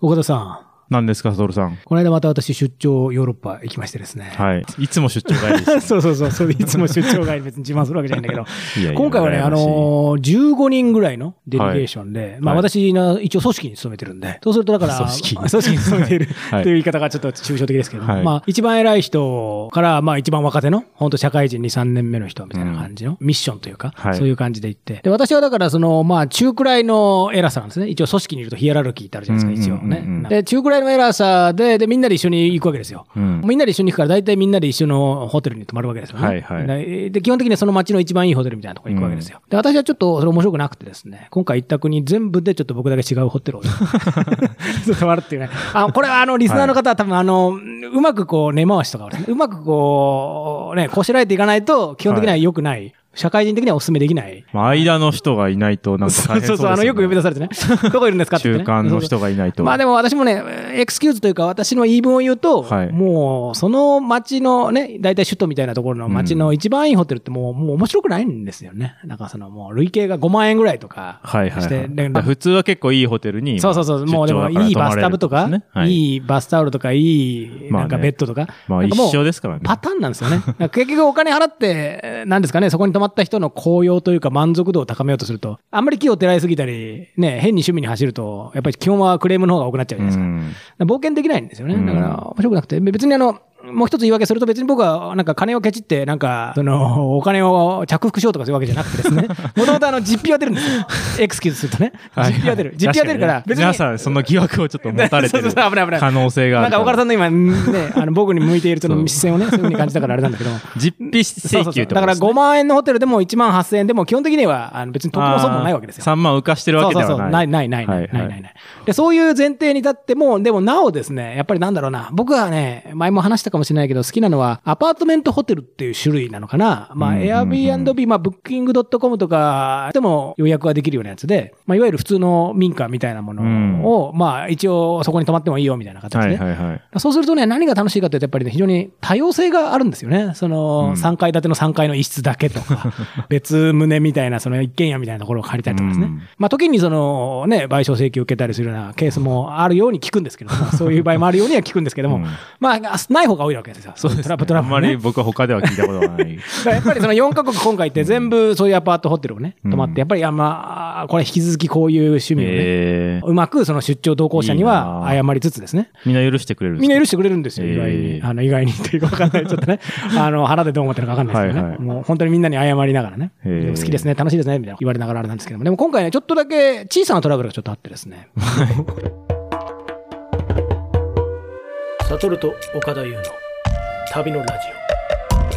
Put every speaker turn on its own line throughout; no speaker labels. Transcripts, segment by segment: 岡田さ
何ですか、サトルさん
ん、。この間また私出張ヨーロッパ行きましてですね。。
はい。いつも出張帰りです
そうそうそう、それいつも出張帰り別に自慢するわけじゃないんだけど、
いやいや
今回はね、
羨
あ
ましい
のー、15人ぐらいのデリゲーションで、まあ
はい
私の一応組織に勤めてるん で、そうするとだから、
組織
組織に勤めている、
はい
という言い方 がちょっと抽象的ですけど、
はい
まあ一番偉い人から、まあ一番若手の、本当社会人2、3年目の人みたいな感じのミッションというか、
はい
そういう感じで行って、で私はだからその、まあ中くらいの偉さなんですね。一応組織にいるとヒエラルキーってあるじゃないですか、一応
うんうんうんう
ね
ん。
で、中くらいの偉さで、で、みんなで一緒に行くわけですよ。
うん
みんなで一緒に行くから、大体みんなで一緒のホテルに泊まるわけですよね。
はいはい
でで基本的にはその町の一番いいホテルみたいなところに行くわけですよ。で、私はちょっとそれ面白くなくてですね、今回行った国全部でちょっと僕だけ違うホテルを ちょっと泊まるっていうね。あこれはあの、リスナーの方は多分あの、うまくこう根回しとかをね、うまくこう、ね、こしらえていかないと基本的には良くない。社会人的にはお勧めできない。
まあ、間の人がいないと、なんか
そ
大
うそ
変そううです
そう、あの、よく呼び出されてね。どこいるんですかって、ね。
中間の人がいないと。
まあでも私もね、エクスキューズというか、私の言い分を言うと、
はい
もうその町のね、大体首都みたいなところの町の一番いいホテルってもう、もう面白くないんですよね。なんかそのもう累計が5万円ぐらいとか
はいはい
し
はい、
て、で
だから普通は結構いいホテルに。
そうそうそう、
ま
も
あ
うでもいいバスタブとか、
い。
いいバスタオルとか、いい
まあ
な
ね
んかベッドとか、
まあ
なんかもう
一緒ですからね
パターンなんです よね。だから結局お金払って、えーなんですかね、そこに泊まった人の高揚というか満足度を高めようとすると、あんまり気を照らしすぎたり、ね、変に趣味に走ると、やっぱり基本はクレームの方が多くなっちゃうじゃないですか。
ん。
冒険できないんですよね。
うん
だから、面白くなくて。別にあの、もう一つ言い訳すると別に僕はなんか金をケチってなんか、その、お金を着服しようとかそういうわけじゃなくてです ね。もともとあの、実費は出るんですよ。エクスキューズするとね。
はい
実費は出る。実費は出るから、
皆さん、その疑惑をちょっと持たれて
そう
る
そうそう危ない危ない
可能性があ
なん
るら。
か岡田さんの今、ね、あの僕に向いているその視線をね、そういうふうに感じたからあれなん だけども。
実費請求ってこと
だから
ですね
5万円のホテルでも1万8000円でも基本的にはあの別に得も損もないわけですよ。
あー3万浮かしてるわけで
そうそう
は
そうな
ないい。
ないないない
は
ないい
は
ないないでそういう前提に立ってもでもなおですねやっぱりなんだろうな僕はね前も話したかもしれないけど好きなのはアパートメントホテルっていう種類なのかなまあ
うんうんうん
Airbnb まあブッキングドットコムとかでも予約ができるようなやつでまあいわゆる普通の民家みたいなものをまあ一応そこに泊まってもいいよみたいな形
はい
で
はいはい。
そうするとね、何が楽しいかというと、やっぱりね、非常に多様性があるんですよね。その、
うん
3階建ての3階の一室だけと か、別棟みたいな、その一軒家みたいなところを借りたりとかですね。
うん
まあ、時にその、ね、賠償請求を受けたりするようなケースもあるように聞くんですけ ども、そういう場合もあるようには聞くんですけども、
うん
まあ、ない方が多いわけですよ。そうです、トラブルト
あ
ラ
ん
ブ
ま
ルね
り僕は他では聞いたことが ない。
だからやっぱりその4カ国今回行って全部そういうアパートホテルをね、泊まっ
うん
て、やっぱりあんまあ、これ引き続きこういう趣味をね、
えー
うまくその出張同行者には謝りつつですね、
みんな許してくれるんで
み
す
ん
か
な許してくれるんですよ、
えー
意外に。あの意外にっていうか分かんない、ちょっ とね、あの腹でどう思ってるか分かんないですけどね、
はいはい
もう本当にみんなに謝りながらね、
えー
でも好きですね、楽しいですねみたいな言われながらあれなんですけども、でも今回ね、ちょっとだけ小さなトラブルがちょっとあってですね。サトルと岡田優の旅のラジ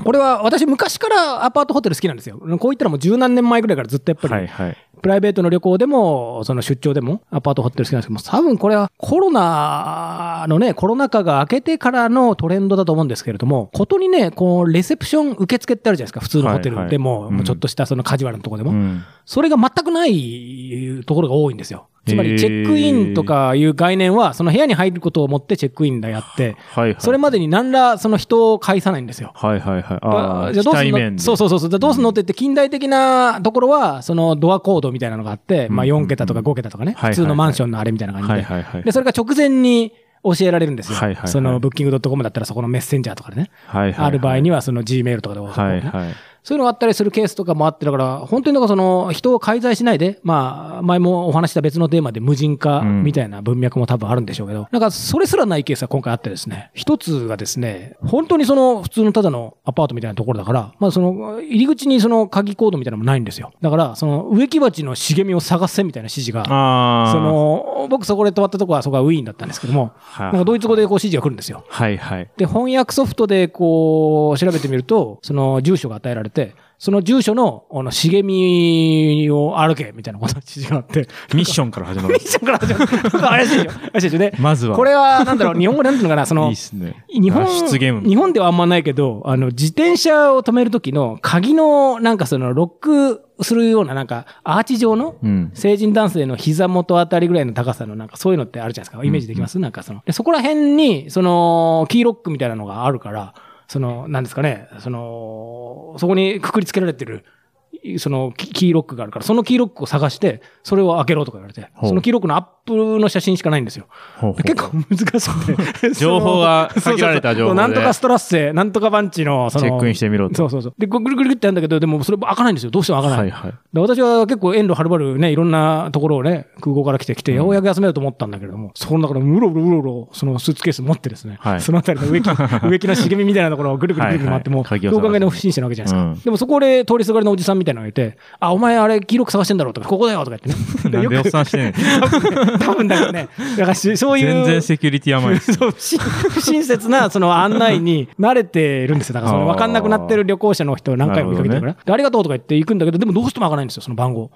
オ。これは私、昔からアパートホテル好きなんですよ。こういったらもう十何年前ぐらいからずっとやっぱり、
はいはい。
プライベートの旅行でも、その出張でも、アパートホテル好きなんですけども、多分これはコロナのね、コロナ禍が明けてからのトレンドだと思うんですけれども、ことにね、こう、レセプション受付ってあるじゃないですか、普通のホテルでも、
はいはい
もうちょっとしたそのカジュアルのところでも。
うん
それが全くないところが多いんですよ。つま
へ
り、
ー
チェックインとかいう概念は、その部屋に入ることをもってチェックインだやって、
はいはい。
それまでに何らその人を介さないんですよ。
はいはいはい。あ
あ
あ、
じゃあどうす
非対
ん
面
の
で
そうそうそうそう。じゃあどうすんのって言って、近代的なところは、そのドアコードみたいなのがあって、まあ
うんうんうん
4桁とか5桁とかね、
はいはい
普通のマンションのあれみたいな
は
感
い
じで。
はいはい。
で、それが直前に教えられるんですよ
はいはいは。い
そのブッキングドットコムだったらそこのメッセンジャーとかでね。
はいはいはい
ある場合にはその G メールとかでこう
はい
ね
はい。
そういうのがあったりするケースとかもあって、だから、本当になんかその、人を介在しないで、まあ、前もお話しした別のテーマで無人化
うん
みたいな文脈も多分あるんでしょうけど、なんかそれすらないケースが今回あってですね、一つがですね、本当にその、普通のただのアパートみたいなところだから、まあその、入り口にその鍵コードみたいなのもないんですよ。だから、その、植木鉢の茂みを探せみたいな指示が、
ああ。
そ、の、僕そこで泊まったとこはそこはウィーンだったんですけども、
は
ないんかドイツ語でこう指示が来るんですよ。
はいはい。
で、翻訳ソフトでこう、調べてみると、その住所が与えられて、その住所の、あの、茂みを歩け、みたいなこと指示があって、
ミッションから始まる
ミッ。ションから始まる。なんか怪しいよ。怪しいでしょね。
まずは
これは、なんだろう、日本語なんていうのかな、そ
い
の
いっ、すね。
日本
あ出ゲーム。
日本ではあんまないけど、あの、自転車を止める時の鍵の、なんかその、ロックするような、なんか、アーチ状の、
うん。
成人男性の膝元あたりぐらいの高さのなんかそういうのってあるじゃないですか。イメージできます、なんかその。で、そこら辺に、その、キーロックみたいなのがあるから、その、なんですかね、その、そこにくくりつけられてる、いそのキキーロックがあるから、そのキーロックを探して、それを開けろとか言われて、
ほう
そのキーロックのアップの写真しかないんですよ。
ほうほう
結構 難しくて。
情報が
その
限られた
そうそう
情報で
そうなんとかストラッセ、なんとかバンチの、その。
チェックインしてみろと
そうそうそう。で、こうぐるぐるぐるってやるんだけど、でもそれ開かないんですよ。どうしても開かない。
はいはい。
で私は結構遠路はるばるね、いろんなところをね、空港から来てきて、ようやく休めると思ったんだけれども、その中でうろうろうろうろ、そのスーツケース持ってですね、
はい
そのあたりの植 木植木の茂みみたいなところをぐるぐるぐるぐる回って、もう、
はいはい鍵を
ど
探
う
して
考えても不審者なわけじゃないですか。
うん
でもそこで通りすがりのおじさんみたいなのがいて、あ、お前あれ黄色く探してんだろうとか、ここだよとか言 ってね。
なんでおっさんしてんの
多分だけどね、だからしそういう。
全然セキュリティ甘いです。
そう不親不親切なその案内に慣れてるんですよ。だからその
あー
分かんなくなってる旅行者の人を何回も見かけてるから。でありがとうとか言って行くんだけど、でもどうしても開かないんですよ、その番号。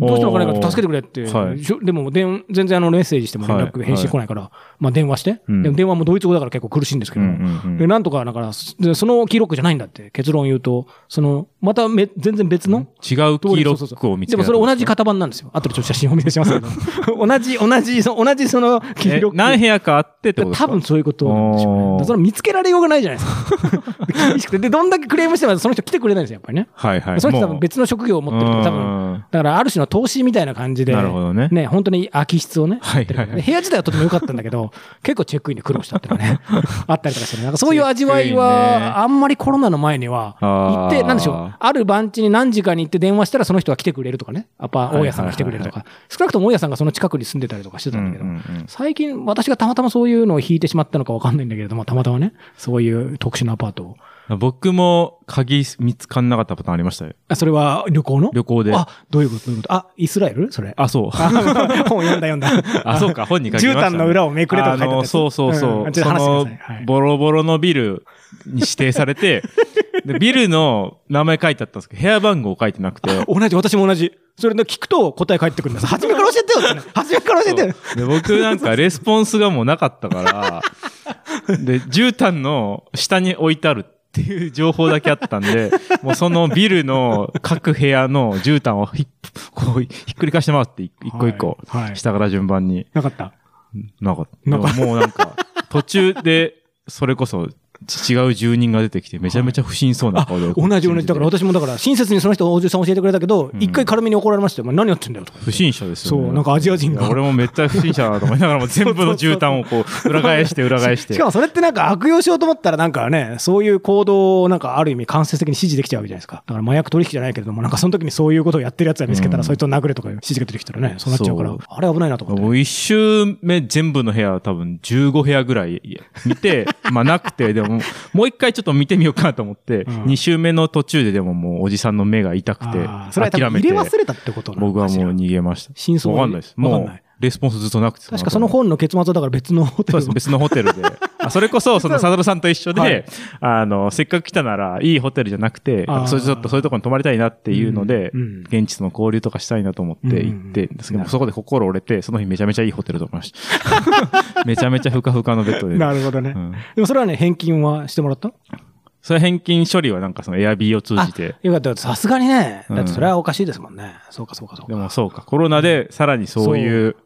どうしても開かないから助けてくれって。
おーはい
しょでも電全然あのメッセージしても連絡
はい
返信来ないから、まあ電話して。
うん
でも電話もドイツ語だから結構苦しいんですけど。
うんうんうん
でなんとか、だから、でその黄色くじゃないんだって結論言うと、その、まため全然別の
違う黄色ックを見つ
で
けた
もそれ同じ型番なんですよ。後でちょっと写真をお見せしますけ ど。同じ、同じ、そ同じその黄
え
色く。
何部屋かあってってことですか
多分そういうことなんでしょうね。だ
おー
からそれ見つけられようがないじゃないですか。 厳しくて。で、どんだけクレームしてもその人来てくれないんですよ、やっぱりね。
はいはい。
その人多
も
分
う
別の職業を持ってるとか多分。
うん
だからある種の投資みたいな感じで。
なるほどね
本当に空き室をね。
はいはい
やってるか
はい
らね部屋自体はとても良かったんだけど、結構チェックインで苦労したっていうのはね。 あったりとかしてね。なんかそういう味わい
チェックインね
は、あんまりコロナの前には、行
あー
って、なんでしょう。ある番地に何時間に行って電話したらその人が来てくれるとかね。やっぱ大家さんが来てくれるとか。少なくとも大家さんがその近くに住んでたりとかしてたんだけど。
うんうんうん
最近、私がたまたまそういうのを引いてしまったのかわかんないんだけれども、たまたまね、そういう特殊なアパートを。
僕も鍵見つかんなかったパターンありましたよ。
あ、それは旅行の
旅行で。
あ、どういうことどういうことあ、イスラエルそ れ。
あ、そう。
あ本読んだ読んだ。
あ、そうか、本に書いてま
絨
した、
毯の裏をめくれとか書いてあ
あ
った
の
やつ
そうそうそう。
んちょっと
そ
話して
の
ください。はい、
ボロボロのビルに指定されて、でビルの名前書いてあったんですけど、部屋番号書いてなくて。
同じ、私も同じ。それで聞くと答え返ってくるんです。初めから教えてよって ね。初めから教えてよ。
で僕なんかレスポンスがもうなかったから、 で、絨毯の下に置いてあるっていう情報だけあったんで、もうそのビルの各部屋の絨毯をひっこうひっくり返して回って、一一個一個、
はいはい
下から順番に。
なかった。
なんか、
なんか
でももうなんか、途中で、それこそ、ち違う住人が出てきて、めちゃめちゃ不審そうな
あ、
顔で、
同じ同じ。だから私もだから親切にその人、おじさん教えてくれたけど、一回軽めに怒られましたよ。お前何やってんだよとか。
不審者ですよね。
そう、なんかアジア人
いや
が。
俺もめっちゃ不審者だと思いながらも、全部の絨毯をこう、裏返して、裏返して。
しかもそれってなんか悪用しようと思ったらなんかね、そういう行動をなんかある意味間接的に指示できちゃうわけじゃないですか。だから麻薬取引じゃないけれども、なんかその時にそういうことをやってる奴が見つけたら、
うん
そいつを殴れとかいう指示が出てきたらね、そうなっちゃうから
そう、
あれ危ないなと思って。
もう一周目全部の部屋多分15部屋ぐらい見て、 まあなくて、でももう一回ちょっと見てみようかなと思って、
うん
二周目の途中ででももうおじさんの目が痛くて
あー、それは多
諦
分
め
入
て
れ、忘れたってことなの
僕
か
は
しら
もう逃げました。
真相
わかんないです。
わかん
もう
ない、
レスポンスずっとなくて。
確かその本の結末はだから別のホテ
そう
ル
です、別のホテルで。あそれ こそ、その、サドルさんと一緒で、
はい
あの、せっかく来たなら、いいホテルじゃなくて
あー、
それちょっとそういうところに泊まりたいなっていうので、
うんうん
現地との交流とかしたいなと思って行って、
うんうん
ですけど、そこで心折れて、その日めちゃめちゃいいホテル泊まりました。めちゃめちゃふかふかのベッドで。
なるほどね、
うん
でもそれはね、返金はしてもらった
それ返金処理はなんかそのエアビーを通じて。
よかったよかった。さすがにね。
うん
だってそれはおかしいですもんね。そうかそうかそう
で
か。
もそうか、コロナでさらにそういう、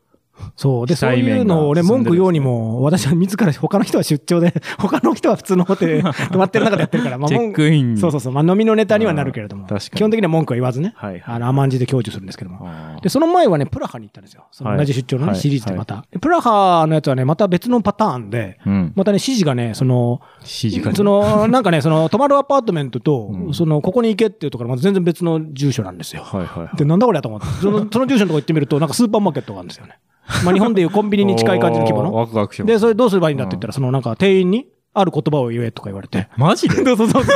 そう。で、
非
そう
対
いう
面が
のを俺
進
文
んでるんで
句
すね
言うにも、私は自ら他の人は出張で、 他の人は普通のホテルで 泊まってる中でやってるから、まあ
チェ
文
ッ
句
クイン。
そうそうそう。まあ飲みのネタにはなるけれども。
うん確かに
基本的には文句は言わずね。
はいはい
あの、甘んじで享受するんですけども。
あー
で、その前はね、プラハに行ったんですよ。その
はい
同じ出張のね
はい
シリーズでまた。でプラハのやつはね、また別のパターンで、
うん。
またね、指示がね、その、
指示が
その、なんかね、その、泊まるアパートメントと、
うん
その、ここに行けっていうところ、また全然別の住所なんですよ。
はいはいはい。
で、なんだこれやと思って、その、その住所のとこ行ってみると、なんかスーパーマーケットがあるんですよね。まあ、日本でいうコンビニに近い感じの規模
おーワ
の。
クワクします
で、それどうすればいいんだって言ったら、その、なんか店員に、ある言葉を言えとか言われて。
マジで
そうそうそう。す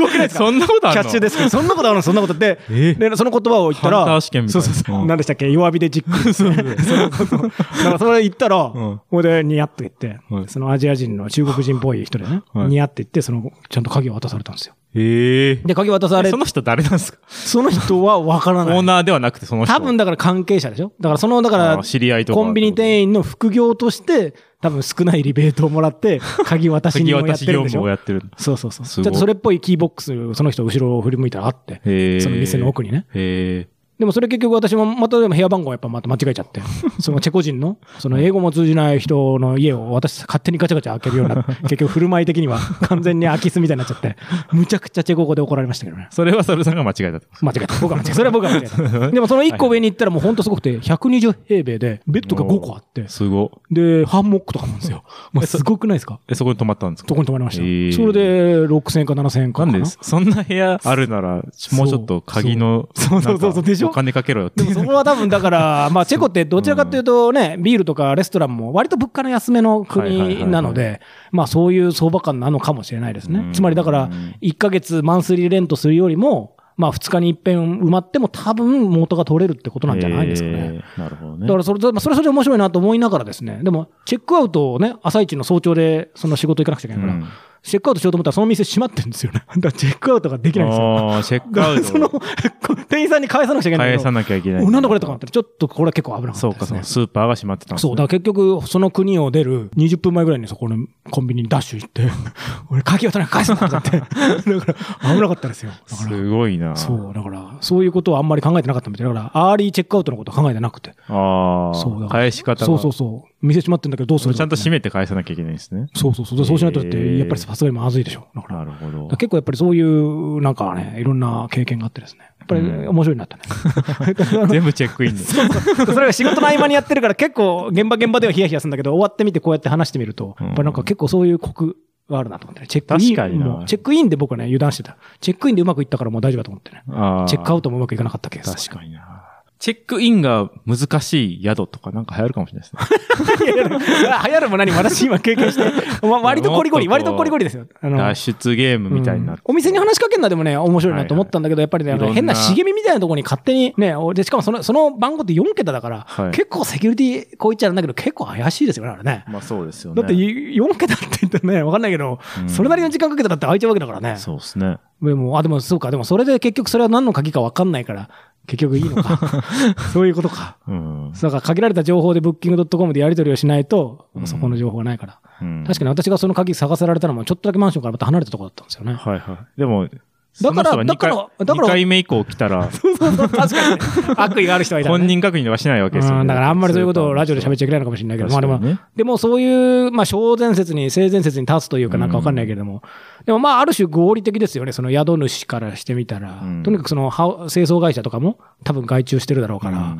ごくないですか
そんなことあ
キ
る
ャ
の
ッシュですけど、そんなことあるのそんなことで、
え
で、その言葉を言ったら、
ハンター試験みたいな
そうそうそうう。
ん
何でしたっけ弱火でじっくり。そう そうそう。だからそれ言ったら、
ん
これでニヤッと言って
は、い
そのアジア人の中国人っぽい人でね、
はい
ニヤッて言って、その、ちゃんと鍵を渡されたんですよ。
ええ
で、鍵渡され
そ、の人誰なんですか
その人はわから
オ
な
ー
い。
ナーではなくてその人。
多分だから関係者でしょだからその、だか
あ
ら
ー、知り合いとか。
コンビニ店員の副業として、多分少ないリベートをもら って、鍵渡しに
鍵
もや
渡
っ
して
るん
業
でし
務
ょ
をやってるの。
そうそうそう。
す
ちょ
ご
っ
い
とそれっぽいキーボックス、その人後ろを振り向いたらあって、
へー
その店の奥にね。
へえ。
でもそれ結局私もまたでも部屋番号をやっぱまた間違えちゃ って、そのチェコ人の、その英語も通じない人の家を私勝手にガチャガチャ開けるよう な、結局振る舞い的には完全に空き巣みたいになっちゃって、むちゃくちゃチェコ語で怒られましたけどね。
それはサルさんが間違えたってこ
間違えた。僕は間違えた。それは僕が間違え た。でもその1個上に行ったらもう本当すごくて、120平米で、ベッドが5個あって
と。、すごい。
で、ハンモックとかなんです よ。もうすごくないですか
え、そこに泊まったんですか
そこに泊まりましたよ
へー
それで6000円か7000円か
な
か
ん
な。
で、そんな部屋あるなら、もうちょっと鍵の、
そうそうそうそうでしょ
お金かけろよって
で。もそこは多分だ から、まあチェコってどちらかというとね、ビールとかレストランも割と物価の安めの国なの
はいはいはい
で、まあそういう相場感なのかもしれないです
う
ね
ん。
つまりだから、1ヶ月マンスリーレントするよりも、まあ2日に一遍埋まっても多分元が取れるってことなんじゃないですかね。
えー。なるほど
だか
ね。
らそれ、まあそれはそれで面白いなと思いながらですね、でも、チェックアウトをね、朝一の早朝でその仕事行かなくちゃいけないから、
うん
チェックアウトしようと思ったらその店閉まってるんですよね。だ からチェックアウトができないんですよ。
あーチェック
だか
ア
ら
ウ
その、
トを
こ店員さんに返さなくちゃいけないんだけ
返
ど
さなきゃいけない。
おなんだこれとか思ったら、ちょっとこれは結構危なかった
そう
で
か、
す
そう
ね
か。。スーパーが閉まってたんですね
そう、だから結局、その国を出る20分前ぐらいにそこのコンビニにダッシュ行って、 俺、鍵を取らなきゃ返すんだとかって。だ から、危なかったですよ。だから、
すごいな。
そう、だから、そういうことはあんまり考えてなかったみたいだから、アーリーチェックアウトのことは考えてなくて。
あ
そうだ
あ。
から
返し方が。
そうそうそう。店閉まってんだけど、どうする
ちゃんと閉
め
めて返さなきゃいけないんですね。
そうそうそう。でそうしないとだっ
へ
て、
え
やっぱりさすがにまずいでしょ。だから、
なるほど
だから。結構やっぱりそういう、なんかね、いろんな経験があってですね。やっぱり
うん
面白いな ったね。
全部チェックインで。
それが仕事の合間にやってるから結構現場現場ではヒヤヒヤするんだけど、終わってみてこうやって話してみると、
うん
やっぱなんか結構そういうコクがあるなと思ってね。チェックイン。
確かにな
もうチェックインで僕はね、油断してた。チェックインでうまくいったからもう大丈夫だと思ってね。
あー
チェックアウトもうまくいかなかったケース。
確かにな。チェックインが難しい宿とかなんか流行るかもしれないですね。
いやいや流行るも何も私今経験 して、わ割とコリコリ、
もっ
割
とことう
コリコリですよ。あ
脱出ゲームみたいになって
うんお店に話しかけるのはでもね、面白いなと思ったんだけど、やっぱりね、あ
い
の
ろんな
変な茂みみたいなところに勝手にね、おで、しかもその、その番号って4桁だから、
はい
結構セキュリティこう言っちゃうんだけど、結構怪しいですよね、あれね。
まあそうですよね。
だって4桁って言ったらね、わかんないけど、
うん
それなりの時間かけたらだって開いちゃうわけだからね。
そうですね。
でも、あ、でもそうか、でもそれで結局それは何の鍵かわかんないから、結局いいの か。そういうことか。
うん。
だから限られた情報でブッキング .com でやり取りをしないと
う、ん
そこの情報がないから。
うん
確かに私がその鍵探せられたのも、ちょっとだけマンションからまた離れたとこだったんですよね。
はいはい。でも、
だから
その人が二回
だからだから
二回目以降来たら、
そうそう、確かに、 ね。悪意がある人がいたらね、
本人確認はしないわけですよ
う
ね。
んだからあんまりそういうことをラジオで喋っ
ち
ちゃいけないのかもしれないけど、まあ
確
で
かに
も
ね、
でもそういう、まあ、小前説に、性善説に立つというかなんかわかんないけれども、でもまあ、ある種合理的ですよね、その宿主からしてみたら、
うん
とにかくそのハウ清掃会社とかも多分外注してるだろうから、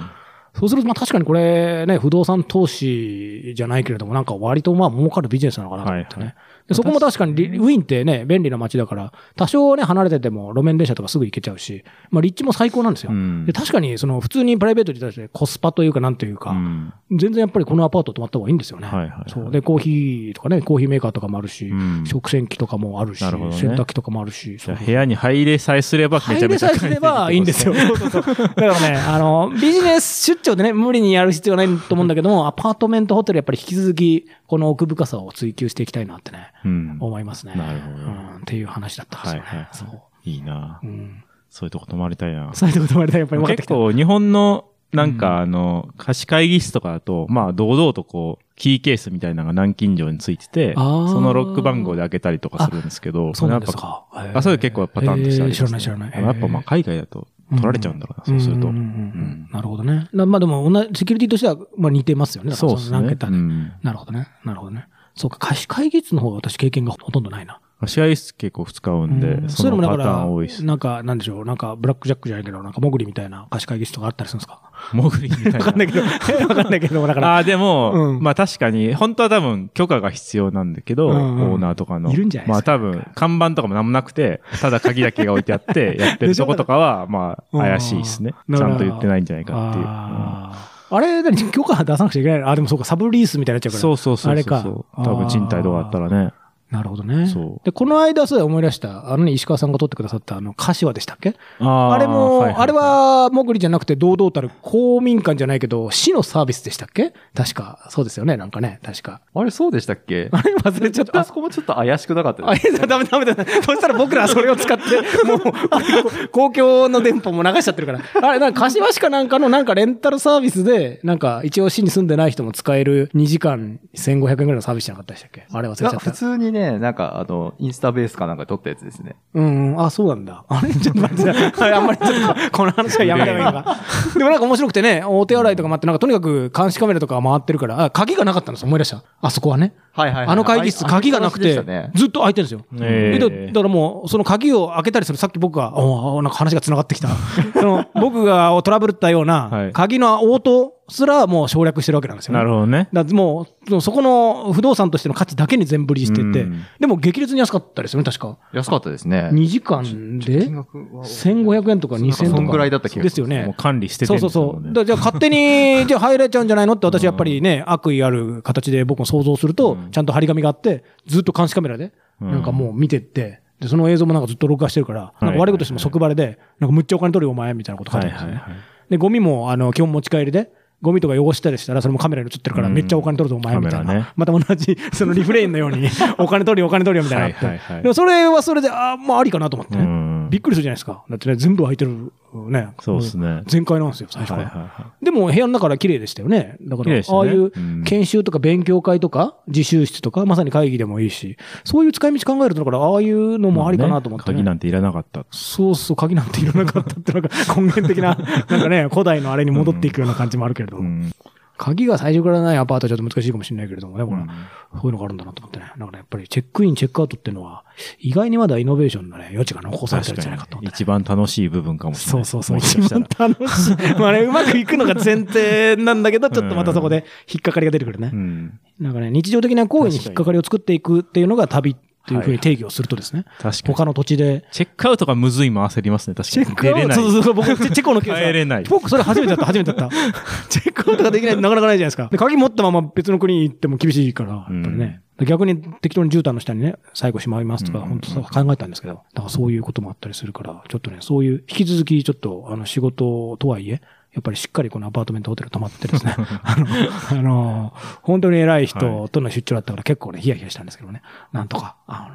そうすると、まあ確かにこれね、不動産投資じゃないけれども、なんか割とまあ儲かるビジネスなのかなと思ってね。
はいは
でそこも確かにリ、ウィーンってね、便利な街だから、多少ね、離れてても路面電車とかすぐ行けちゃうし、まあ立地も最高なんですよ。
うん
で確かに、その普通にプライベートに対してコスパというかなんというか、
うん。
全然やっぱりこのアパート泊まった方がいいんですよね。
はいはいはい
そう。で、コーヒーとかね、コーヒーメーカーとかもあるし、
うん
食洗機とかもあるし、
なるほどね
洗濯機とかもあるし、
じ
そ
ゃ
う
あ部屋に入れさえすればめちゃ
入
め
れ
ちゃ
さえ
快適
すればいいんですよ。
って
そうそうそうだからね、あの、ビジネス出張でね、無理にやる必要はないと思うんだけども、アパートメントホテルやっぱり引き続き、この奥深さを追求していきたいなってね、
ことですね。うん。
思いますね。
なるほど
うんっていう話だったんです
はい
よね。
はい。
そう。
いいな
うん。
そういうとこ泊まりたいな
そういうことまでやっぱり分かって
結
きた。
構日本のなんかあの、貸し会議室とかだと、まあ堂々とこう、キーケースみたいなのが南京錠についてて、
あー
そのロック番号で開けたりとかするんですけど、
そうなんで
やっ
す
ぱ
か。
あ、そういう結構パターンとしてありますね
えー知らない知らない。
やっぱまあ海外だと取られちゃうんだろうな、そうすると。
んんん
うん
なるほどね。なまあでも同じ、セキュリティとしてはまあ似てますよね。だから
そうです
の何
ね。
桁
う
で
ん。
なるほどね。なるほどね。そうか、貸し会議室の方は私経験がほとんどないな。
貸し会議室結構使うんで、
うん
そ
そういう
の
のも
パ
だ
タ
か
ーン多い
ら、
し、
なんか、なんでしょう、なんか、ブラックジャックじゃないけど、なんか、モグリみたいな貸し会議室とかあったりするんですか
潜りみたい
わかんな。
な
いけど、 わかんないけど、だから、
ああー、でも、
うん
まあ確かに、本当は多分許可が必要なんだけど、
うんうん
オーナーとかの。
いるんじゃないで
ますあ多分、看板とかもなんもなくて、ただ鍵だけが置いてあ って、やって
で
る
しょ
とことかは、まあ
うん
怪しいですね。
な
ち
る
ゃ
ほど
んと言ってないんじゃないかっていううん。
あーあれ、何許可出さなくちゃいけないのあ、でもそうか、サブリースみたいになっちゃうから。
そうそうそうそう。
あれか
多分賃貸とかだったらね。
なるほどね。
そう
で、この間、そうだ思い出した、あのね、石川さんが撮ってくださった、あの、柏でしたっけ
あー
あれも、
いいい
あれは、モグリじゃなくて、堂々たる公民館じゃないけど、市のサービスでしたっけ確か、そうですよね、なんかね、確か。
あれ、そうでしたっけ
あれ忘れ ちゃっ
あ
た。
そこもちょっと怪しくなかった
あ、
で
いやダメダメだ。そしたら僕らはそれを使 って、もう、あれこ公共の電波も流しちゃってるから。あれ、なんか、柏市かなんかの、なんかレンタルサービスで、なんか、一応市に住んでない人も使える2時間1500円ぐらいのサービスじゃなかったでしたっけあれ忘れ
す
ちゃ
ね。
っ
普
た。
通にね、なんか、あの、インスタベースかなんかで撮ったやつですね。
うん、あ、そうなんだ。あれちょっと待って、あんまりちょっと、この話はやめた方がいいの か。でもなんか面白くてね、お手洗いとかもあって、なんかとにかく監視カメラとかが回ってるから、あ、鍵がなかったんです思い出した。あそこはね。
はいはい、
あの会議室、鍵がなくて、ずっと開いてるんですよ。
え
え
え
だだからもう、その鍵を開けたりする、さっき僕が、おおなんか話が繋がってきた。 その僕がトラブったよう
は、
ない鍵の応答すらもう省略してるわけなんですよね。
なるほどね。
だからもう、そこの不動産としての価値だけに全振りしてて、
うん
でも激烈に安かったですよね、確か。
安かったですね。
2時間で
金額は
1500円とか2000円とか。
そんぐらいだった気がしま
で
す
すよ
もう
ね。
管理してて
そ
ん
う
です
そう
も
そ
んね
う。だじゃあ勝手 に、じゃあ入れちゃうんじゃないのって私やっぱりね、悪意ある形で僕も想像すると
うん、
ちゃんと張り紙があって、ずっと監視カメラで、
うん
なんかもう見てって、で、その映像もなんかずっと録画してるから、なんか悪いことしても即バレで、なんかむっちゃお金取るよお前みたいなこと書いてあるんですよ
はい
ね
はいはい。
で、ゴミも、あの、基本持ち帰りで、ゴミとか汚したりしたら、それもカメラに映ってるから、
うん
めっちゃお金取るぞ、お前みたい
カメラね
な。また同じ、そのリフレインのよう に、お金取るよ、お金取るよ、みたいなのがあって。
はいはいはい
でもそれはそれで、ああ、まあありかなと思ってね。
うん
びっくりするじゃないですか。だってね、全部空いてる、ね。
そうですね。
全開なんですよ、最初か
はい
ら。
はいは
でも部屋の中から綺麗でしたよね。だか
綺麗
ら、
でしたね
ああいう
うん
研修とか勉強会とか、自習室とか、まさに会議でもいいし、そういう使い道考えると、だから、ああいうの
い。
もありかなと思って、
まあね
ね
鍵なんていらなかった。
そうそう、鍵なんていらなかったって、 なんか根源的な、なんかね、古代のあれに戻っていくような感じもあるけれど、
うん
鍵が最初からないアパートはちょっと難しいかもしれないけれどもね、ほら、
うん
そういうのがあるんだなと思ってね。だからやっぱりチェックイン、チェックアウトっていうのは、意外にまだイノベーションのね、余地が残されてるんじゃないかと思ってね、
一番楽しい部分かもしれ
そ
な
う
い。
そうそう。
もし
一
かした
番
ら
楽しい。 まあね、うまくいくのが前提なんだけど、ちょっとまたそこで引っかかりが出てくるね
う。ん
なんかね、日常的な行為に引っかかりを作っていくっていうのが旅っていうふうに定義をするとですね、
確かに。
他の土地で、
チェックアウトがむずいも焦りますね、確か
チ
に。
ェックア
出
ウ
れ
ト、
ない
そうそうそう、僕、チェチェコの教
帰れない
僕、それ初めてだった、初めてだった。 チェックアウトができないってなかなかないじゃないですか。で、鍵持ったまま別の国に行っても厳しいから、やっぱりね。逆に適当に絨毯の下にね、最後しまいますとか、
うん
本当そう考えたんですけど、なんかそういうこともあったりするから、ちょっとね、そういう、引き続きちょっと、あの、仕事とはいえ、やっぱりしっかりこのアパートメントホテル泊まって ですね、あの、あの、本当に偉い人との出張だったから結構ね、ヒヤヒヤしたんですけどね、なんとか、あ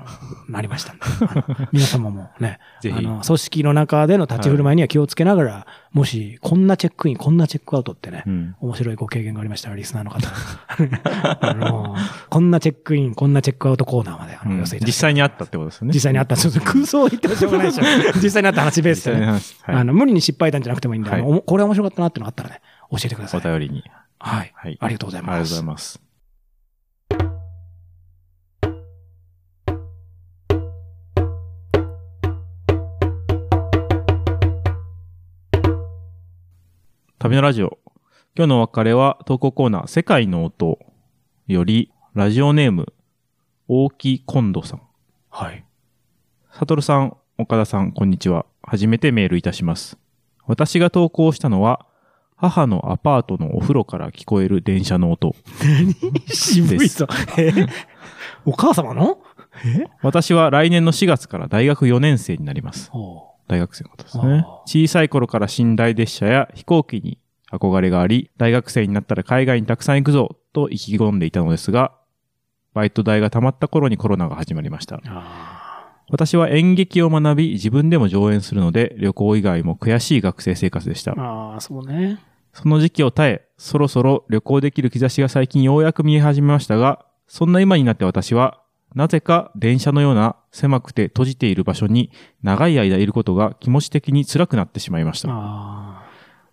の、なりましたんで、あの皆様も ね、
ぜひ
あの、組織の中での立ち振る舞いには気をつけながら、もし、こんなチェックイン、こんなチェックアウトってね、
うん
面白いご経験がありましたら、リスナーの方、あの、こんなチェックイン、こんなチェックアウトコーナーまであ
う
の
ん
寄せいただい
実
て、
際にあったってことですよね。
実際にあった、そうそう空想を言ってもしょうがないでしょ。 実際にあった話ベースでね、
実際の話はい
あの、無理に失敗談じゃなくてもいいんで、あの
はい
おもこれ面白かったなってのがあったらね、教えてくださ
お
い。
便りに。
はい。
はい。
ありがとうござ
あ
い
りがと
ま
うござい
す。
ます。旅のラジオ。今日のお別れは投稿コーナー、世界の音より、ラジオネーム、大木今度さん。
はい。
サトルさん、岡田さん、こんにちは。初めてメールいたします。私が投稿したのは、母のアパートのお風呂から聞こえる電車の音。
渋いぞ。えお母様の
私は来年の4月から大学4年生になります。
お
大学生のことですね
ああ。
小さい頃から寝台列車や飛行機に憧れがあり、大学生になったら海外にたくさん行くぞと意気込んでいたのですが、バイト代が溜まった頃にコロナが始まりました。
あ
私は演劇を学び、自分でも上演するので、旅行以外も悔しい学生生活でした
ー。あー、そうね。
その時期を耐え、そろそろ旅行できる兆しが最近ようやく見え始めましたが、そんな今になって私は、なぜか電車のような狭くて閉じている場所に長い間いることが気持ち的に辛くなってしまいました。
あ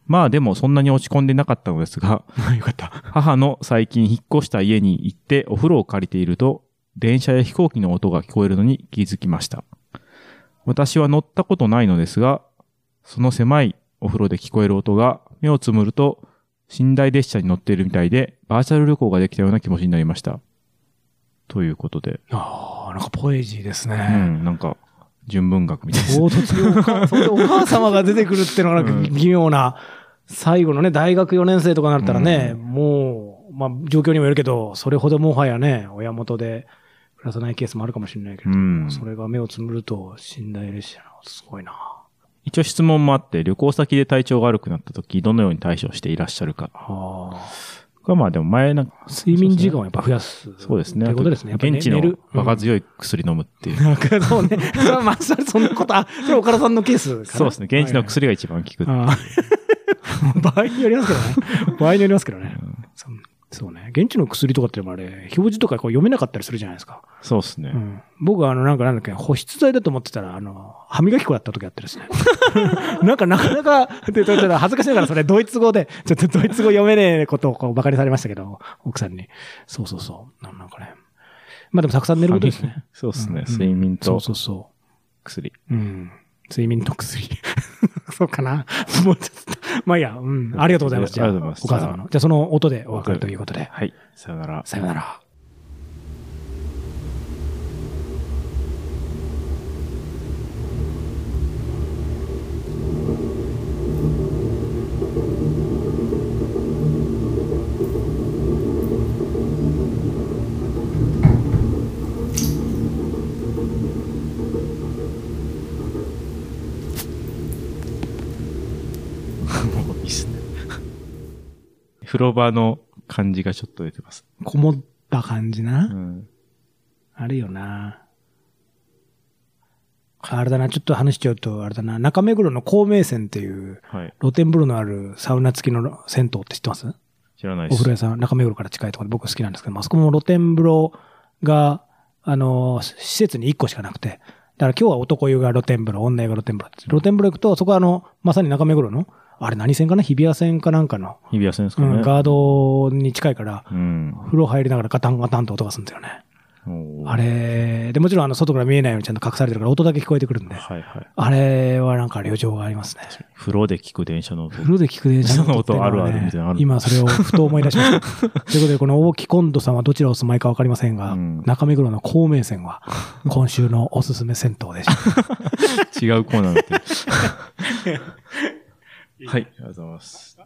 まあでもそんなに落ち込んでなかったのですが、
あ。よかった。
母の最近引っ越した家に行ってお風呂を借りていると、電車や飛行機の音が聞こえるのに気づきました。私は乗ったことないのですが、その狭いお風呂で聞こえる音が目をつむると、寝台列車に乗っているみたいで、バーチャル旅行ができたような気持ちになりました。ということで、
ああ、なんかポエジーです
う
ね。
ん、なんか、純文学みたいですね。
唐突にお 母それでお母様が出てくるってのがなんか微妙な、最後のね、大学4年生とかになったらね、
う
もう、まあ状況にもよるけど、それほどもはやね、親元で暮らさないケースもあるかもしれないけれど、
うん
それが目をつむると寝台列車の、すごいな。
一応質問もあって、旅行先で体調が悪くなった時、どのように対処していらっしゃるか。
あ
これはまあでも前なんか、
睡眠時間をやっぱ増やす。
そうですね。
ということですね。や
あ
っぱり
と
ね
現地の
寝る
場が強い薬飲むっていう。
なんかそうね。それはまあ、それそんなこと、あ、それ岡田さんのケースかな
そうですね。現地の薬が一番効 く。
ああ場合によりますけどね。場合によりますけどね。そうそうね。現地の薬とかってでもあれ、表示とかこう読めなかったりするじゃないですか。
そうですね。
うん、僕はあの、なんかなんだっけ、保湿剤だと思ってたら、あの、歯磨き粉だった時あってですね。 なんかなかなか、で、ちょっと恥ずかしながらそれドイツ語で、ちょっとドイツ語読めねえことをこうバカにされましたけど、奥さんに。そうそうそう。なんなんかね。まあでもたくさん寝ることですね。
そうですね。
うん
睡眠
そ
と
うそうそ
薬。
う。うん。睡眠と薬。 そうかな。 もうちょっと。まあいいや、うん。ありがとうございます。じゃ
あ
あ、
りがとうございま
お
す
母様の。じゃあその音でお別れということで。
はい。さよなら。
さよなら。
もういいっすね。 風呂場の感じがちょっと出てます。
こもった感じな。
うん。
あるよな。あれだな、ちょっと話しちゃうと、あれだな、中目黒の孔明線っていう
はい。
露天風呂のあるサウナ付きの銭湯って知ってます
知らない
お
で
風呂
す。
屋さん、中目黒から近いところで僕好きなんですけども、あそこも露天風呂が、あの、施設に1個しかなくて、だから今日は男湯が露天風呂、女湯が露天風呂って露天風呂行くと、そこはあの、まさに中目黒の、あれ何線かな日比谷線かなんかの、
日比谷線ですか
うん、
ね。
ガードに近いから、
うん。
風呂入りながらガタンガタンと音がするんだよね。
おー
あれ、で、もちろんあの外から見えないようにちゃんと隠されてるから音だけ聞こえてくるんで、
はいはい。
あれはなんか旅情がありますね。
風呂で聞く電車の音。
風呂で聞く電車の音っていうのはね
その音あるあるみたいなのある
今それをふと思い出しま した。ということで、この大木今度さんはどちらお住まいかわかりませんが、
うん
中目黒の孔明線は今週のおすすめ銭湯でした。
違うコーナーになってるはい。ありがとうございます。